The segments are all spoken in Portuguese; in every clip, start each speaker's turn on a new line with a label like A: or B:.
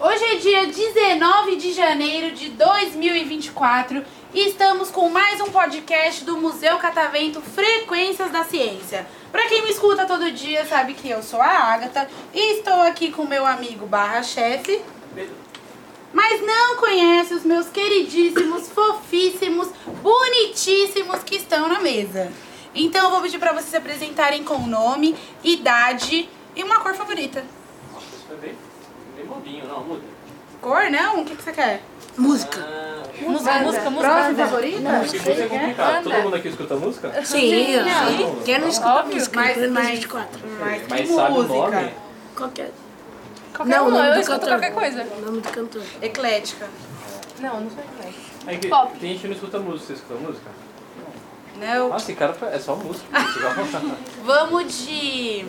A: Hoje é dia 19 de janeiro de 2024 e estamos com mais um podcast do Museu Catavento Frequências da Ciência. Pra quem me escuta todo dia sabe que eu sou a Agatha e estou aqui com meu amigo barra chefe, mas não conhece os meus queridíssimos, fofíssimos, bonitíssimos que estão na mesa. Então eu vou pedir pra vocês se apresentarem com nome, idade e uma cor favorita.
B: Nossa, isso foi bem, bem bobinho, não, muda.
A: Cor, não? O que, que você quer?
C: Música.
B: Ah, acho
D: Música, música, música.
A: Próximo
D: banda.
A: favorito?
B: que música é complicado. Todo mundo aqui escuta música?
C: Sim,
B: Sim.
C: quem não escuta
D: Óbvio,
C: música
A: mas-
C: em pleno
A: mas-
C: 24?
A: Mas,
B: Mas
A: que
B: sabe o
A: música?
B: nome?
C: Qualquer.
D: Qualquer
C: o
D: um,
C: nome
D: eu
C: do
D: escuto
C: é cantor.
D: qualquer coisa.
C: O nome do cantor.
A: Eclética.
D: Não, não sou inglês.
B: É que
D: Pop.
B: tem gente que não escuta música, você escuta música?
A: Não.
B: Nossa, esse cara é só música. Você vai voltar.
A: né? Vamos de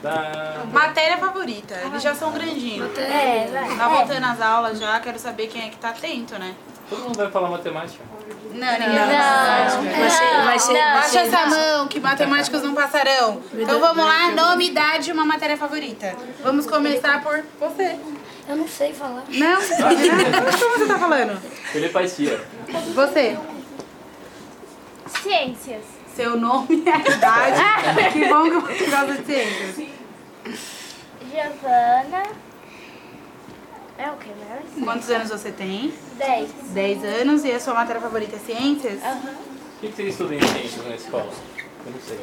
B: Tá.
A: matéria favorita. Eles já são grandinhos.
C: É, vai.
A: Tá voltando às aulas já, quero saber quem é que tá atento, né?
B: Todo mundo vai falar matemática.
A: Não, ninguém tá vai
C: Vai ser, vai ser, vai
A: Baixa
C: ser.
A: essa mão, que tá matemáticos não passarão. Então vamos lá, nome, idade e uma matéria favorita. Vamos começar por você.
E: Eu não sei falar.
A: Não? Como você tá falando?
B: Felipe Paetia.
A: Você.
E: Ciências.
A: Seu nome, a idade. Que bom que você gosta de ciências.
E: Giovana. É o que mais?
F: né?
A: Quantos anos você tem?
E: 10.
A: 10 anos. E a sua matéria favorita é ciências?
B: O que que você estuda em ciências na escola? Eu não sei.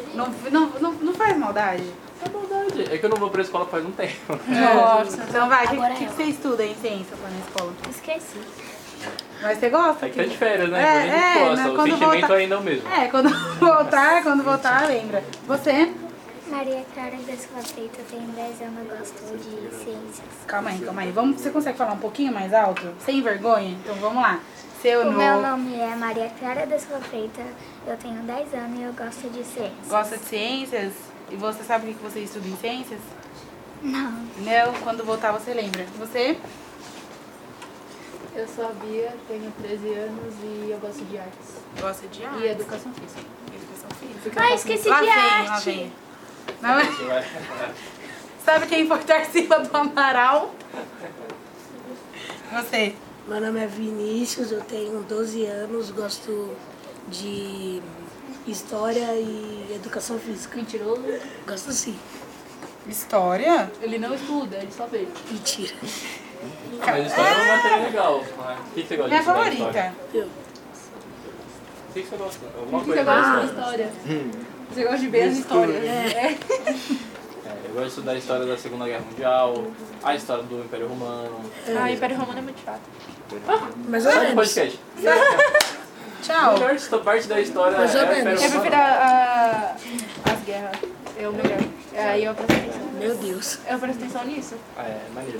A: Não, não, não, não faz maldade?
B: É verdade. É que eu não vou pra escola faz um tempo.
A: Nossa. Então vai, o que,
E: Agora
A: que
E: eu.
A: você estuda em ciência lá na escola?
E: Esqueci.
A: Mas você gosta?
B: É que tá de férias, né?
A: É,
B: Quando a gente
A: é,
B: gosta,
A: né?
B: o
A: Quando
B: sentimento
A: volta-
B: ainda é o mesmo.
A: É, quando voltar, quando voltar, lembra. Você?
E: Maria Clara das Conceitas tem 10 anos, gosto de ciências.
A: Calma aí, calma aí. Vamos, você consegue falar um pouquinho mais alto? Sem vergonha? Então vamos lá. Seu
E: O meu
A: nome.
E: nome é Maria Clara das Conceitas, eu tenho 10 anos e eu gosto de ciências.
A: Gosta de ciências? E você sabe o que que você estuda em ciências?
E: Não.
A: Não, quando voltar você lembra. Você?
F: Eu sou a Bia, tenho 13 anos e eu gosto de artes
A: Gosta de
D: Ah.
F: e educação física.
A: Educação física.
E: Ah, esqueci
A: Lá
E: de
A: vem, lá
E: arte.
A: vem. Não é?
B: Você vai-
A: Sabe quem foi Tarsila do Amaral? Você.
C: Meu nome é Vinícius, eu tenho 12 anos, gosto de história e educação física.
F: Mentiroso,
C: Gosto sim.
A: História?
F: ele não estuda, ele só vê.
C: Mentira.
B: Mas história é uma matéria legal. né? O que que você gosta de
A: Minha
B: estudar em história?
A: favorita.
C: Eu.
B: O que que você gosta? Alguma
F: Você
B: coisa
F: gosta
B: da
F: de
B: história?
F: história.
B: Hum.
F: Você gosta de ver as histórias.
B: né?
F: É.
B: É, eu gosto de estudar a história da Segunda Guerra Mundial, a história do Império Romano.
D: Ah, Império Romano é muito chato.
C: Mais ou
B: Sabe o
C: menos.
B: podcast? A
A: Tchau.
B: melhor histó- parte da história
C: Mais ou
B: é o Império
C: menos.
D: Eu
B: Romano.
D: prefiro a- a- as guerras. É o melhor. Aí eu presto atenção.
C: Meu Deus.
D: Eu presto atenção nisso.
B: Ah, É, maneiro.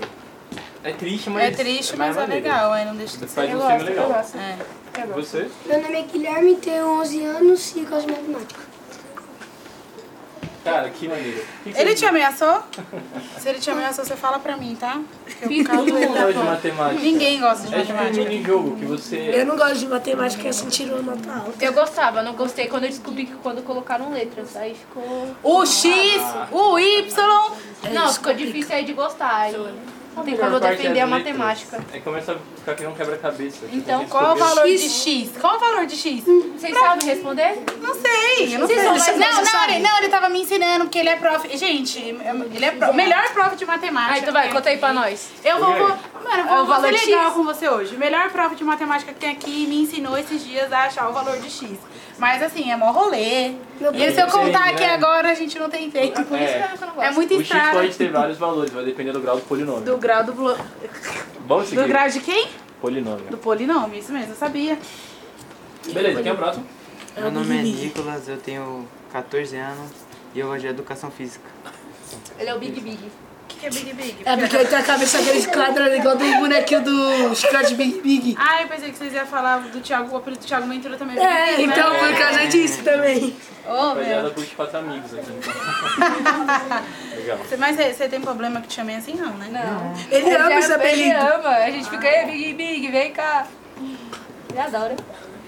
B: É triste,
A: É
B: mas
A: triste, mas é
B: maneiro.
A: legal. É, não deixa de
B: Você
A: ser.
B: faz
D: Eu
B: um filme
D: gosto, eu
B: legal.
D: gosto.
A: É.
D: Eu gosto.
B: Você?
G: Meu nome é Guilherme, tenho 11 anos e gosto de matemática.
B: Cara, que maneiro. O que que
A: Ele
B: você-
A: te ameaçou? Se ele te ameaçou, você fala pra mim, tá? Porque eu
B: Todo
A: caso ele da
B: mundo gosta de
A: fome.
B: matemática.
A: Ninguém gosta de
B: É tipo um
A: matemática.
B: mini-jogo que você...
C: Eu não gosto de matemática, essa tirou nota alta.
D: Eu gostava, não gostei quando eu descobri que quando colocaram letras, aí ficou.
A: O X,
B: Ah.
A: o Y.
D: Não, ficou difícil aí de gostar. Aí não tem
B: A melhor
D: como eu
B: parte é
D: defender a
B: as letras.
D: matemática.
B: É começa a ficar criando um quebra-cabeça.
D: Então,
A: Qual o
B: valor?
A: valor de X? Qual o valor de X?
D: Vocês sabem responder?
A: Não sei, eu não sei.
D: Vocês são mais
A: Não, não,
D: necessários.
A: ele, não, ele tava me ensinando, porque ele é prof. Gente, ele é prof, melhor prof de matemática.
D: Aí tu então vai, conta aí pra nós.
A: Eu vou,
B: E aí?
A: vou- mano, eu vou,
D: É o
A: vou ser
D: valor de
A: legal
D: X?
A: com você hoje. Melhor prova de matemática que tem aqui me ensinou esses dias a achar o valor de X. Mas assim, é mó rolê. E se eu
B: Deus. É
A: contar
B: Sim,
A: aqui
B: né?
A: agora, a gente não tem tempo.
D: Por isso mesmo que eu não gosto.
A: É muito
B: O X
A: estrada
B: pode ter vários valores, vai depender do grau do polinômio.
A: do grau do, blo-
B: Vamos seguir.
A: do grau de quem?
B: Polinômio.
A: Do polinômio, isso mesmo, eu sabia.
B: Beleza, quem é o próximo?
H: Meu nome é Nicolas, eu tenho 14 anos e eu gosto de educação física.
D: Ele é o Big Big.
A: O que, que é Big Big?
C: É porque ele tem a cabeça dele quadrada igual do bonequinho do Scott Big Big.
A: Ah, eu pensei que vocês iam falar do Thiago, o apelido do Thiago Ventura também. é Big
C: É,
A: Big, né?
C: então por causa disso também.
A: Ô,
B: Rapaziada,
A: meu.
B: curte quatro amigos aqui. Legal.
A: Você- é, Mas você- você tem problema que te chamem assim, não, né? Não.
C: Ele ama esse
D: Ele
C: apelido.
D: ama, a gente fica aí, Big Big, vem cá. Ele adora.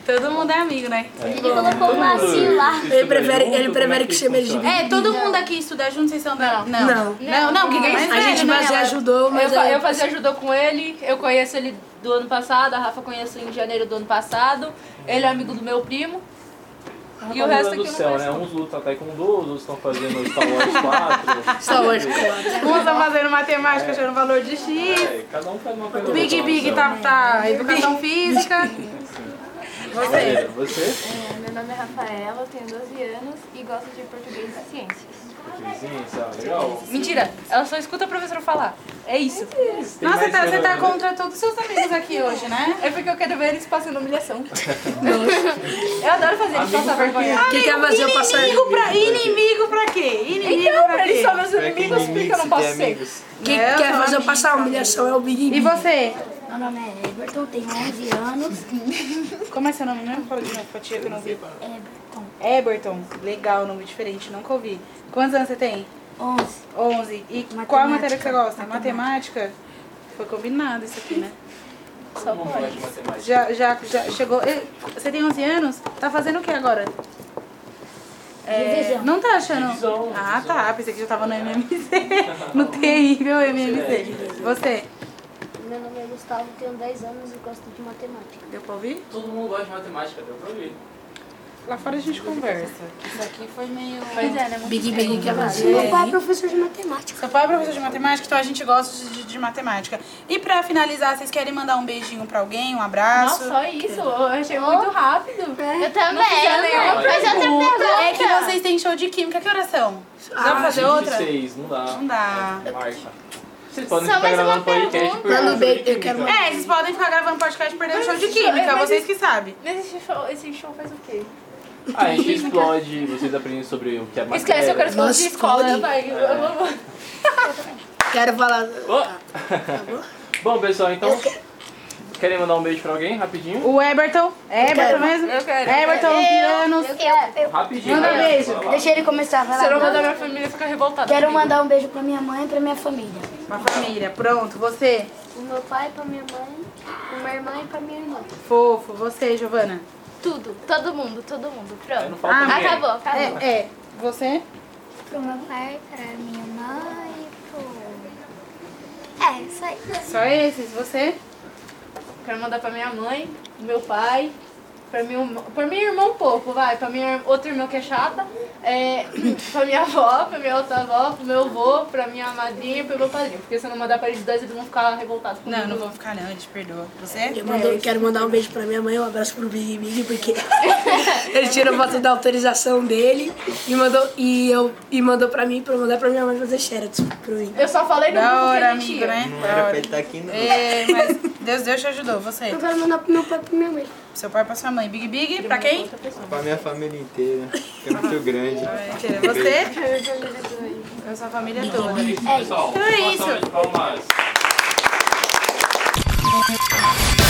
A: Todo mundo é amigo, né?
E: Ele colocou um lacinho lá.
C: Ele prefere- ele prefere que chame de
A: É, todo mundo aqui estuda junto, vocês são da... Não. Não, não, não, que quem
C: A gente
A: né?
C: mais se ajudou,
D: Eu,
C: mas
D: fa-
C: é-
D: eu fazia judô com ele, eu conheço ele do ano passado, a Rafa conheço em janeiro do ano passado, ele é amigo do meu primo. E o resto aqui eu
B: do
D: não
B: céu, né?
D: conheço.
B: Uns lutam Taekwondo, outros estão fazendo Star Wars 4.
C: Star Wars 4.
A: Uns tá fazendo matemática, achando valor de X.
B: É, cada um faz uma coisa.
A: O Big Big tá, tá educação física.
B: Você. Você?
F: É, meu nome é Rafaela, eu tenho 12 anos e gosto de português e ciências.
B: Sim, isso é legal.
D: Mentira, ela só escuta a professora falar. É isso.
B: Tem
A: Nossa,
B: mais
A: tá, você
B: coisa-
A: tá contra todos os seus amigos aqui hoje, né?
D: É porque eu quero ver eles passando humilhação. eu adoro fazer eles passar vergonha.
C: Quem quer fazer o passarinho?
A: Inimigo pra, inimigo pra quê? Inimigo
D: Então,
A: pra
D: pra
A: quê?
D: eles são
B: É
D: meus
H: Pior que
D: inimigos, por que eu não posso
H: tem
D: ser?
H: amigos.
C: Quem
A: Não,
C: quer
A: não,
C: fazer o passar humilhação é o Big
A: E
C: Big.
A: você?
G: Meu nome é Everton, tenho 11 anos.
A: Como é seu nome mesmo? Fala de novo pra tia que eu não vi.
E: É,
A: Eberton. Legal, nome diferente, nunca ouvi. Quantos anos você tem?
G: 11.
A: 11. E qual a
G: Matemática.
A: matéria que você gosta? Matemática? Foi combinado isso aqui, né?
B: Todo mundo gosta de matemática.
A: Já, já, já chegou. Ê, Você tem 11 anos? Tá fazendo o que agora? É, não tá achando?
B: Divisão,
A: ah,
B: divisão.
A: tá. Pensei que já tava no MMC. No terrível MMC. Você?
E: Meu nome é Gustavo, tenho 10 anos e gosto de matemática.
A: Deu pra ouvir?
B: Todo mundo gosta de matemática, deu pra ouvir.
A: Lá fora a gente conversa. Isso aqui foi meio.
D: Pois é, né? muito
C: Big Big quer fazer.
G: Meu pai é professor de matemática.
A: Seu pai é professor de matemática, então a gente gosta de, de matemática. E pra finalizar, vocês querem mandar um beijinho pra alguém, um abraço?
F: Nossa, só isso? Eu achei muito rápido.
G: É.
D: Também,
B: eu não- mas
A: é que vocês têm show de química, que horas são? Dá
C: Ah,
A: pra fazer outra?
B: 26, não dá.
A: Não dá.
B: Marca. Vocês podem ficar gravando podcast por
C: Manda um
B: causa
C: beijo,
B: de
C: eu quero
B: química.
A: É, vocês podem ficar gravando podcast perdendo
F: Mas
A: show de
F: esse show-
A: química,
F: mas
A: vocês
F: esse-
A: que sabem.
F: Mas esse show, esse show faz o quê?
B: Ah, a gente explode, vocês aprendem sobre o que é matéria.
D: Esquece, eu quero escolar de
C: Nossa,
D: escola.
C: escola.
D: Vai, eu- eu-
C: Quero falar.
B: Ô! Bom, pessoal, então... Querem mandar um beijo pra alguém, rapidinho?
A: O Eberton, é Eberton mesmo?
D: Eu quero.
A: Eberton, anos.
G: Eu, eu,
B: Rapidinho.
A: Manda
B: vai,
A: beijo.
B: vai lá.
G: deixa ele começar, vai
D: Se eu não mandar
G: lá.
D: minha família ficar revoltada.
G: Quero
D: comigo.
G: mandar um beijo pra minha mãe e pra minha família.
A: Uma família, pronto, você.
E: O meu pai, pra minha mãe, pra minha irmã e pra minha irmã.
A: Fofo, você, Giovana.
F: Tudo, todo mundo, todo mundo.
B: Aí
F: Pronto.
B: não falta
A: Ah,
B: ninguém.
F: Acabou, acabou.
A: É, é, você?
E: Pro meu pai, pra minha mãe e pro... É, isso aí.
A: Só esses, você?
F: Quero mandar pra minha mãe, meu pai, pra minha, pra minha irmã um pouco, vai. Pra minha outra irmã que é chata, é, pra minha avó, pra minha outra avó, pro meu avô, pra minha madrinha e pro meu padrinho. Porque se eu não mandar pra eles dois, eles vão ficar revoltados comigo.
A: Não, não vou ficar não, eu te perdoa. Você?
C: Eu mando- quero mandar um beijo pra minha mãe, um abraço pro Big Big, porque ele tirou foto da autorização dele e mandou, e eu, e mandou pra mim, pra eu mandar pra minha mãe fazer xerox pra mim.
F: Eu só falei no
A: Da
F: grupo que
A: hora,
F: a gente
A: amigo,
F: ia.
A: né?
H: Não
A: Da
H: era pra
A: hora.
H: ele estar aqui, não.
A: É, mas Deus, Deus te ajudou, você.
G: Eu quero mandar pro meu pai e pra minha mãe.
A: Seu pai pra sua mãe. Big Big, pra quem?
H: Pra minha família inteira, que é muito grande.
A: Mentira, Você? Eu sou a família toda.
B: Pessoal,
A: Então é
B: uma
A: isso.
B: salva de palmas.